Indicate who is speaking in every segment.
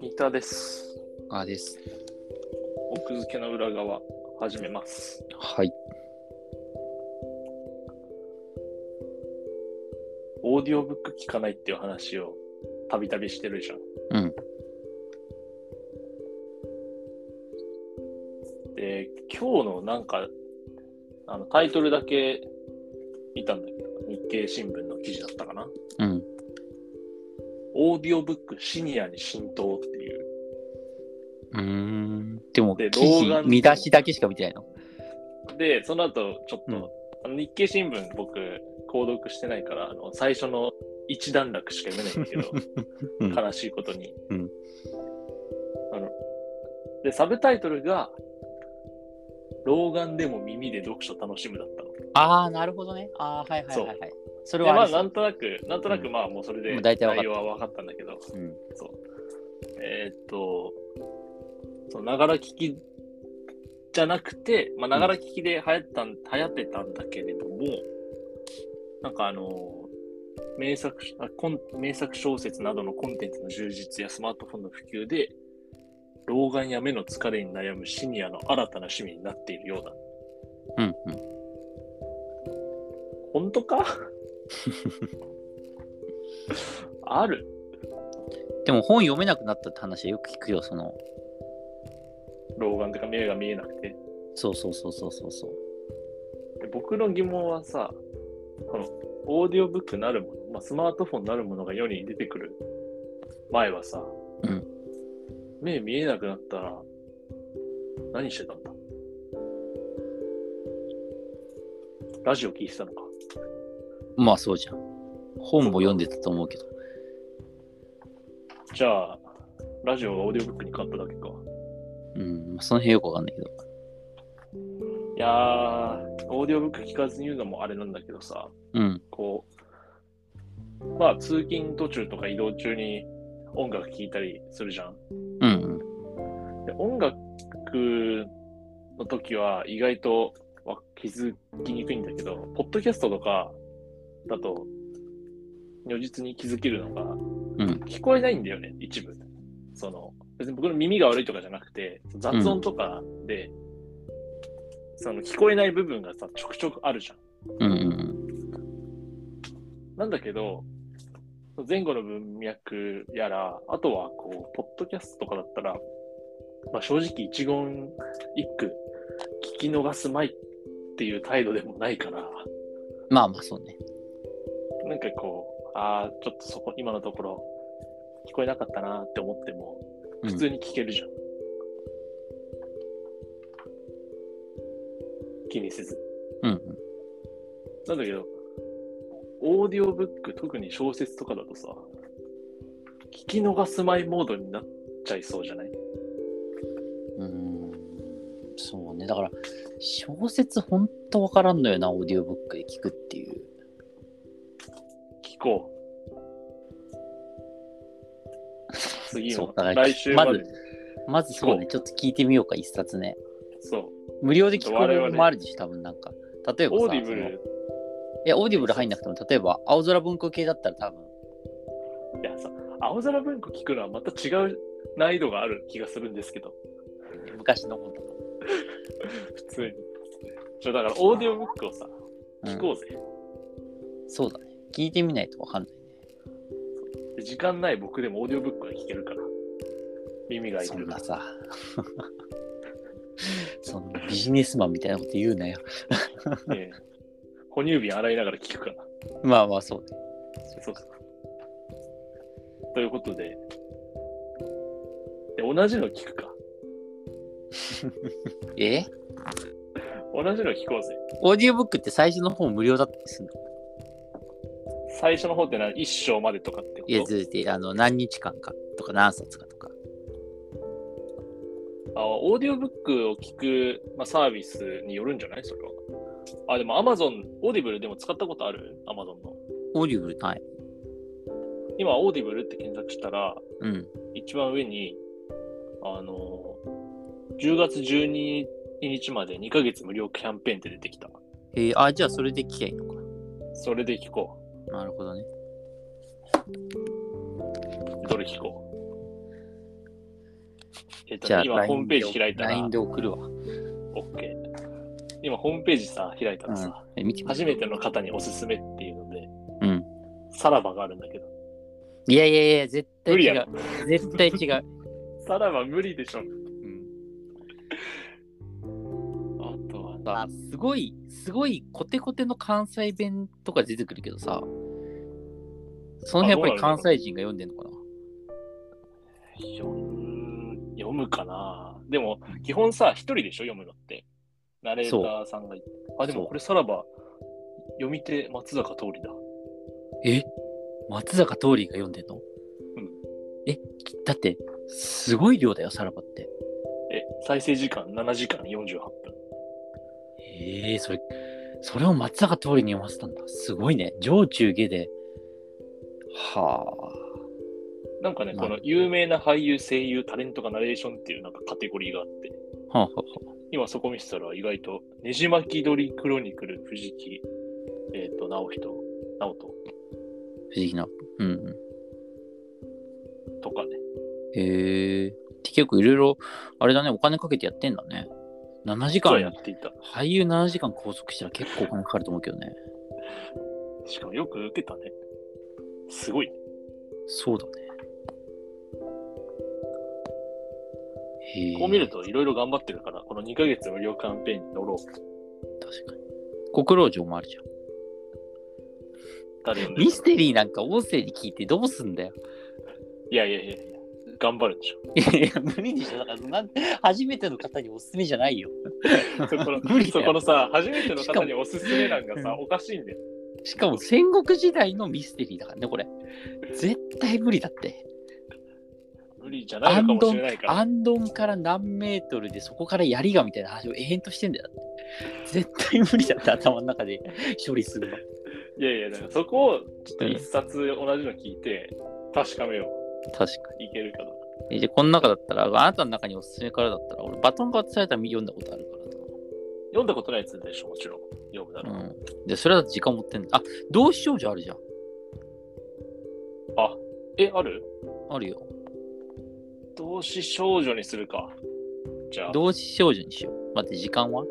Speaker 1: 三田です。
Speaker 2: あです。
Speaker 1: 奥付けの裏側、始めます。
Speaker 2: はい。
Speaker 1: オーディオブック聞かないっていう話をたびたびしてるじゃん。
Speaker 2: うん。
Speaker 1: で、今日のなんか、あのタイトルだけ見たんだけど、日経新聞の記事だったかな。
Speaker 2: うん。
Speaker 1: オーディオブックシニアに浸透っていう。
Speaker 2: うーん。でも、
Speaker 1: で
Speaker 2: 記
Speaker 1: 老眼
Speaker 2: 事、
Speaker 1: の
Speaker 2: 見出しだけしか見てないの。
Speaker 1: で、その後、ちょっ
Speaker 2: うん
Speaker 1: と、あの日経新聞、僕、購読してないから、あの最初の一段落しか読めないんだけど、
Speaker 2: うん
Speaker 1: 悲しいことに、
Speaker 2: うん
Speaker 1: あの。で、サブタイトルが、老眼でも耳で読書楽しむだったの。
Speaker 2: ああ、なるほどね。ああ、はいはいはいはい。それ
Speaker 1: で、
Speaker 2: は
Speaker 1: ま
Speaker 2: あ
Speaker 1: あ、
Speaker 2: り
Speaker 1: な
Speaker 2: そ
Speaker 1: ん
Speaker 2: う。
Speaker 1: となく、なんとなく、まあ、もうそれで
Speaker 2: もう大体わかっ
Speaker 1: 内
Speaker 2: た
Speaker 1: 容は分かったんだけど、
Speaker 2: うん。
Speaker 1: えーっと、そのながら聞きじゃなくて、まあ、ながら聞きで流行ったん、流行ってたんだけれども、なんかあのー、名作あコン名作小説などのコンテンツの充実やスマートフォンの普及で、老眼や目の疲れに悩むシニアの新たな趣味になっているようだ。
Speaker 2: うん。うん。
Speaker 1: 本当かある
Speaker 2: でも本読めなくなったって話はよく聞くよ、その。
Speaker 1: 老眼とか目が見えなくて。
Speaker 2: そうそうそうそうそうそう。
Speaker 1: で僕の疑問はさ、このオーディオブックなるもの、まあ、スマートフォンなるものが世に出てくる前はさ、
Speaker 2: うん
Speaker 1: 目見えなくなったら何してたんだラジオ聞いてたのか。
Speaker 2: まあそうじゃん。本も読んでたと思うけど。
Speaker 1: じゃあ、ラジオがオーディオブックに変わっただけか。
Speaker 2: うん。その辺よくわかんないけど。
Speaker 1: いやー、オーディオブック聞かずに言うのもあれなんだけどさ、
Speaker 2: うん。
Speaker 1: こう、まあ通勤途中とか移動中に音楽聴いたりするじゃん。
Speaker 2: うん
Speaker 1: で音楽の時は意外とわ気づきにくいんだけど、ポッドキャストとかだと、如実に気づけるのが、
Speaker 2: ん
Speaker 1: 聞こえないんだよね、一部。その、別に僕の耳が悪いとかじゃなくて、雑音とかで、その聞こえない部分がさ、ちょくちょくあるじゃん。
Speaker 2: うん。うんうん
Speaker 1: なんだけど、前後の文脈やら、あとはこう、ポッドキャストとかだったら、まあ、正直一言一句聞き逃すまいっていう態度でもないから、
Speaker 2: うん。まあまあそうね。
Speaker 1: なんかこう、ああ、ちょっとそこ、今のところ聞こえなかったなって思っても、
Speaker 2: うん
Speaker 1: 普通に聞けるじゃん。気にせず。
Speaker 2: うんうん。
Speaker 1: なんだけど、オーディオブック、特に小説とかだとさ、聞き逃すまいモードになっちゃいそうじゃないう
Speaker 2: ーんそうね。だから、小説ほんとわからんのよな、オーディオブックで聞くっていう。
Speaker 1: 聞こう。次
Speaker 2: そう
Speaker 1: の、
Speaker 2: だから
Speaker 1: 来週まで。
Speaker 2: ままずそうね、ちょっと聞いてみようか、一冊ね。
Speaker 1: そう。
Speaker 2: 無料で聞く
Speaker 1: 我々
Speaker 2: のもあるでしょ、多分なんか。例えばさ、
Speaker 1: オーディブ
Speaker 2: そのい
Speaker 1: ル、
Speaker 2: や、オーディブル入んなくても、例えば、青空文庫系だったら多分、
Speaker 1: いやさ、青空文庫聞くのはまた違う難易度がある気がするんですけど、
Speaker 2: 昔のものとか。
Speaker 1: 普通に。ちょだから、オーディオブックをさ、聞こうぜ。
Speaker 2: うんそうだね。聞いてみないとわかんないね。
Speaker 1: で時間ない僕でもオーディオブックは聞けるから。耳が開い
Speaker 2: そ
Speaker 1: て
Speaker 2: ん
Speaker 1: るか
Speaker 2: な
Speaker 1: ら。
Speaker 2: さ。 そんなビジネスマンみたいなこと言うなよ。
Speaker 1: ええ哺乳瓶洗いながら聞くから。
Speaker 2: まあまあそうね。
Speaker 1: そうそう。ということで、で同じの聞くか。
Speaker 2: え
Speaker 1: 同じの聞こうぜ。
Speaker 2: オーディオブックって最初の方無料だったりするの
Speaker 1: 最初の方ってな一章までとかってこ
Speaker 2: いや、
Speaker 1: と
Speaker 2: ずれて、あの、何日間かとか何冊かとか。
Speaker 1: あオーディオブックを聞く、まあ、サービスによるんじゃないそれは。あ、でも Amazon、オーディブルでも使ったことある ?Amazon の。
Speaker 2: オーディブル単位。
Speaker 1: 今、オーディブルって検索したら、
Speaker 2: うん。
Speaker 1: 一番上に、あの、10月12日まで2ヶ月無料キャンペーンって出てきた。
Speaker 2: えー、あ、じゃあそれで聞きゃいいのか。
Speaker 1: それで聞こ
Speaker 2: なるほどね。
Speaker 1: う。どれ聞こう。えっと
Speaker 2: じゃあ、
Speaker 1: 今
Speaker 2: LINE
Speaker 1: ホームページ開いた
Speaker 2: で
Speaker 1: ら、
Speaker 2: LINE で送るわ。
Speaker 1: OK。今ホームページさ、開いたらさ、
Speaker 2: え、見てみ
Speaker 1: 初めての方におすすめっていうので、
Speaker 2: うん。
Speaker 1: さらばがあるんだけど。
Speaker 2: いやいやいや、絶対
Speaker 1: 無理
Speaker 2: 違
Speaker 1: や
Speaker 2: う。絶対違 う。
Speaker 1: さらば無理でしょ。
Speaker 2: うん
Speaker 1: あとは、
Speaker 2: さすごい、すごいコテコテの関西弁とか出てくるけどさ、その辺やっぱり関西人が読んでんのかな
Speaker 1: 読む読むかなでも、基本さ、一人でしょ、読むのって。ナレーターさんがいて。あ、で
Speaker 2: そ
Speaker 1: も
Speaker 2: う
Speaker 1: これさらば、読み手、松坂通りだ。
Speaker 2: え松坂桃李が読んでんの
Speaker 1: うん
Speaker 2: えだって、すごい量だよ、さらばって。
Speaker 1: え、再生時間7時間48分。
Speaker 2: ええそれ、それを松坂桃李に読ませたんだ。すごいね。上中下で。はあ。
Speaker 1: なんかね、
Speaker 2: まあ
Speaker 1: この有名な俳優、声優、タレントがナレーションっていうなんかカテゴリーがあって、
Speaker 2: はあはあは
Speaker 1: 今そこ見せたら意外と、ねじ巻き鳥クロニクル、藤木、えっ、と、直人、直人
Speaker 2: あ。不思議な。うんうん。
Speaker 1: とかね。
Speaker 2: へえ結局いろいろ、あれだね、お金かけてやってんだね。7時
Speaker 1: 実は
Speaker 2: 間
Speaker 1: やっ、ていた。
Speaker 2: 俳優7時間拘束したら結構お金かかると思うけどね。
Speaker 1: しかもよく受けたね。すごい。
Speaker 2: そうだね。へえ
Speaker 1: こう見るといろいろ頑張ってるから、この2ヶ月無料キャンペーンに乗ろう。
Speaker 2: 確かに。国老城もあるじゃん。
Speaker 1: 誰より
Speaker 2: ミステリーなんか音声に聞いてどうすんだよ。
Speaker 1: いやいやいやいや、頑張る でしょ。
Speaker 2: いやいや、無理でしょ。だからなん、初めての方におすすめじゃ ないよ。
Speaker 1: そこの
Speaker 2: 無理だよ
Speaker 1: そこのさ、初めての
Speaker 2: しか
Speaker 1: 方
Speaker 2: も
Speaker 1: におすすめ欄がさ、
Speaker 2: う
Speaker 1: おかしいんだよ。
Speaker 2: しかも戦国時代のミステリーだからね、これ。絶対無理だって。
Speaker 1: 無理じゃない
Speaker 2: ア
Speaker 1: のか
Speaker 2: ン
Speaker 1: も
Speaker 2: ド
Speaker 1: し
Speaker 2: ン
Speaker 1: れないから。
Speaker 2: アンドンから何メートルでそこから槍がみたいな話を延々としてんだよ。絶対無理だって頭の中で処理するの。
Speaker 1: いやいや、だからそこをちょっと一冊同じの聞いて、確かめよ
Speaker 2: 確か
Speaker 1: う。いけるかどうか。
Speaker 2: に。えじゃあこの中だったら、あなたの中におすすめからだったら、俺バトンが渡されたら読んだことあるからな。
Speaker 1: 読んだことないやつでしょ、もちろん。読むだろう。
Speaker 2: うん。で、それだと時間持ってんだ。あ、同志少女あるじゃん。
Speaker 1: あ、え、ある
Speaker 2: あるよ。
Speaker 1: 同志少女にするか。じゃあ、
Speaker 2: 同志少女にしよう。待って、時間は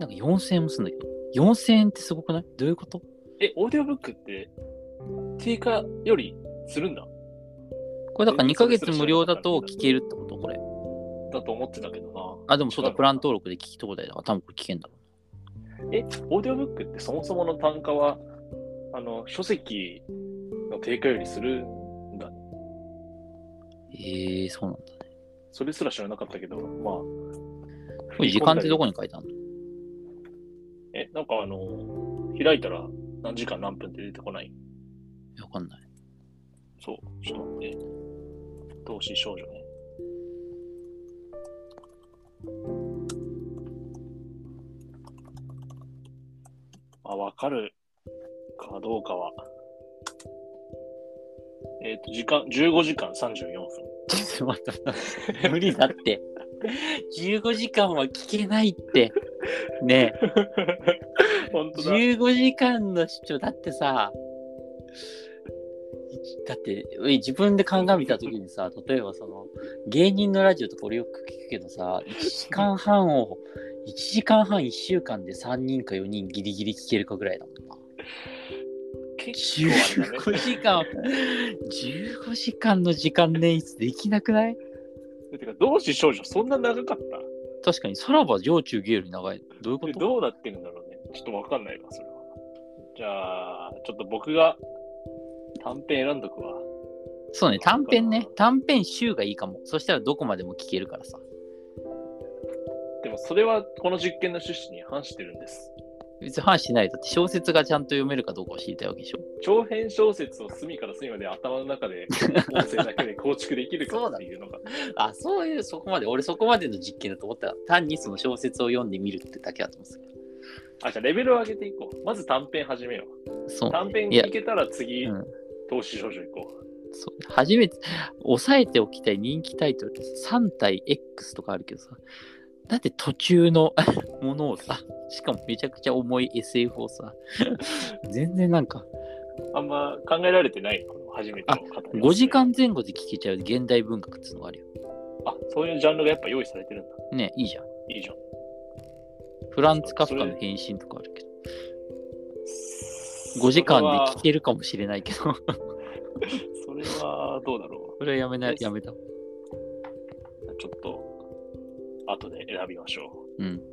Speaker 2: なんか4000円もするんだけど。4000円ってすごくないどういうこと
Speaker 1: え、オーディオブックって、定価よりするんだ
Speaker 2: これだから2ヶ月無料だと聞けるってことこれ。
Speaker 1: だと思ってたけどな。
Speaker 2: あ、でもそうだ、プラン登録で聞き放題だから多分これ聞けんだろ
Speaker 1: え、オーディオブックってそもそもの単価は、あの、書籍の定価よりする、
Speaker 2: う。ええー、そうなんだね。
Speaker 1: それすら知らなかったけど、まあ。
Speaker 2: これ時間ってどこに書いてあるの
Speaker 1: え、なんかあの、開いたら何時間何分って出てこない
Speaker 2: わかん ない。
Speaker 1: そう、ちょっと待って。同志少女ね。あ、わかるかどうかは。えっ、と、時間、15時間34分。
Speaker 2: ちょっと待って待って、無理だって。15時間は聞けないって。ねえ、
Speaker 1: 本当だ。
Speaker 2: 15時間の視聴、だってさ、だって、おい自分で鑑みたときにさ、例えばその、芸人のラジオとか俺よく聞くけどさ、1時間半を、1時間半1週間で3人か4人ギリギリ聞けるかぐらいだもんな。
Speaker 1: 結構あれだ
Speaker 2: 15
Speaker 1: ね。
Speaker 2: 時間、15時間の時間捻出できなくない
Speaker 1: てか、同志少女、そんな長かった
Speaker 2: 確かに、さらば上中下より長い。どういうこ
Speaker 1: で
Speaker 2: と
Speaker 1: どうなってるんだろうね。ちょっとわかんないな、それは。じゃあ、ちょっと僕が短編選んどくわ。
Speaker 2: そうね、短編ね。短編集がいいかも。そしたらどこまでも聞けるからさ。
Speaker 1: でも、それはこの実験の趣旨に反してるんです。
Speaker 2: 別に反しない。だって小説がちゃんと読めるかどうかを知りたいわけでしょ。
Speaker 1: 長編小説を隅から隅まで頭の中で、音声だけで構築できるかっていうのが。
Speaker 2: あ、 そういう、そこまで。俺そこまでの実験だと思ったら、単にその小説を読んでみるってだけだと思うんですけ
Speaker 1: あ、じゃあ、レベルを上げていこう。まず短編始めよう。
Speaker 2: ど。そう、
Speaker 1: 短編
Speaker 2: いや
Speaker 1: いけたら次
Speaker 2: うん、
Speaker 1: 投資少女行こう。
Speaker 2: そう。初めて、押さえておきたい人気タイトル、3体 X とかあるけどさ、だって途中の ものをさ、しかもめちゃくちゃ重い SF をさ、全然なんか、
Speaker 1: あんま考えられてない、この初めての方、ね。
Speaker 2: 5時間前後で聴けちゃう現代文学っつうのがあるよ。
Speaker 1: あ、そういうジャンルがやっぱ用意されてるんだ。
Speaker 2: ねいいじゃん。
Speaker 1: いいじゃん。
Speaker 2: フランツ・カフカの変身とかあるけど、5時間で聴けるかもしれないけど、
Speaker 1: それは。それはどうだろ
Speaker 2: それはやめな、やめた。
Speaker 1: う。ちょっと、後で選びましょう。
Speaker 2: うん。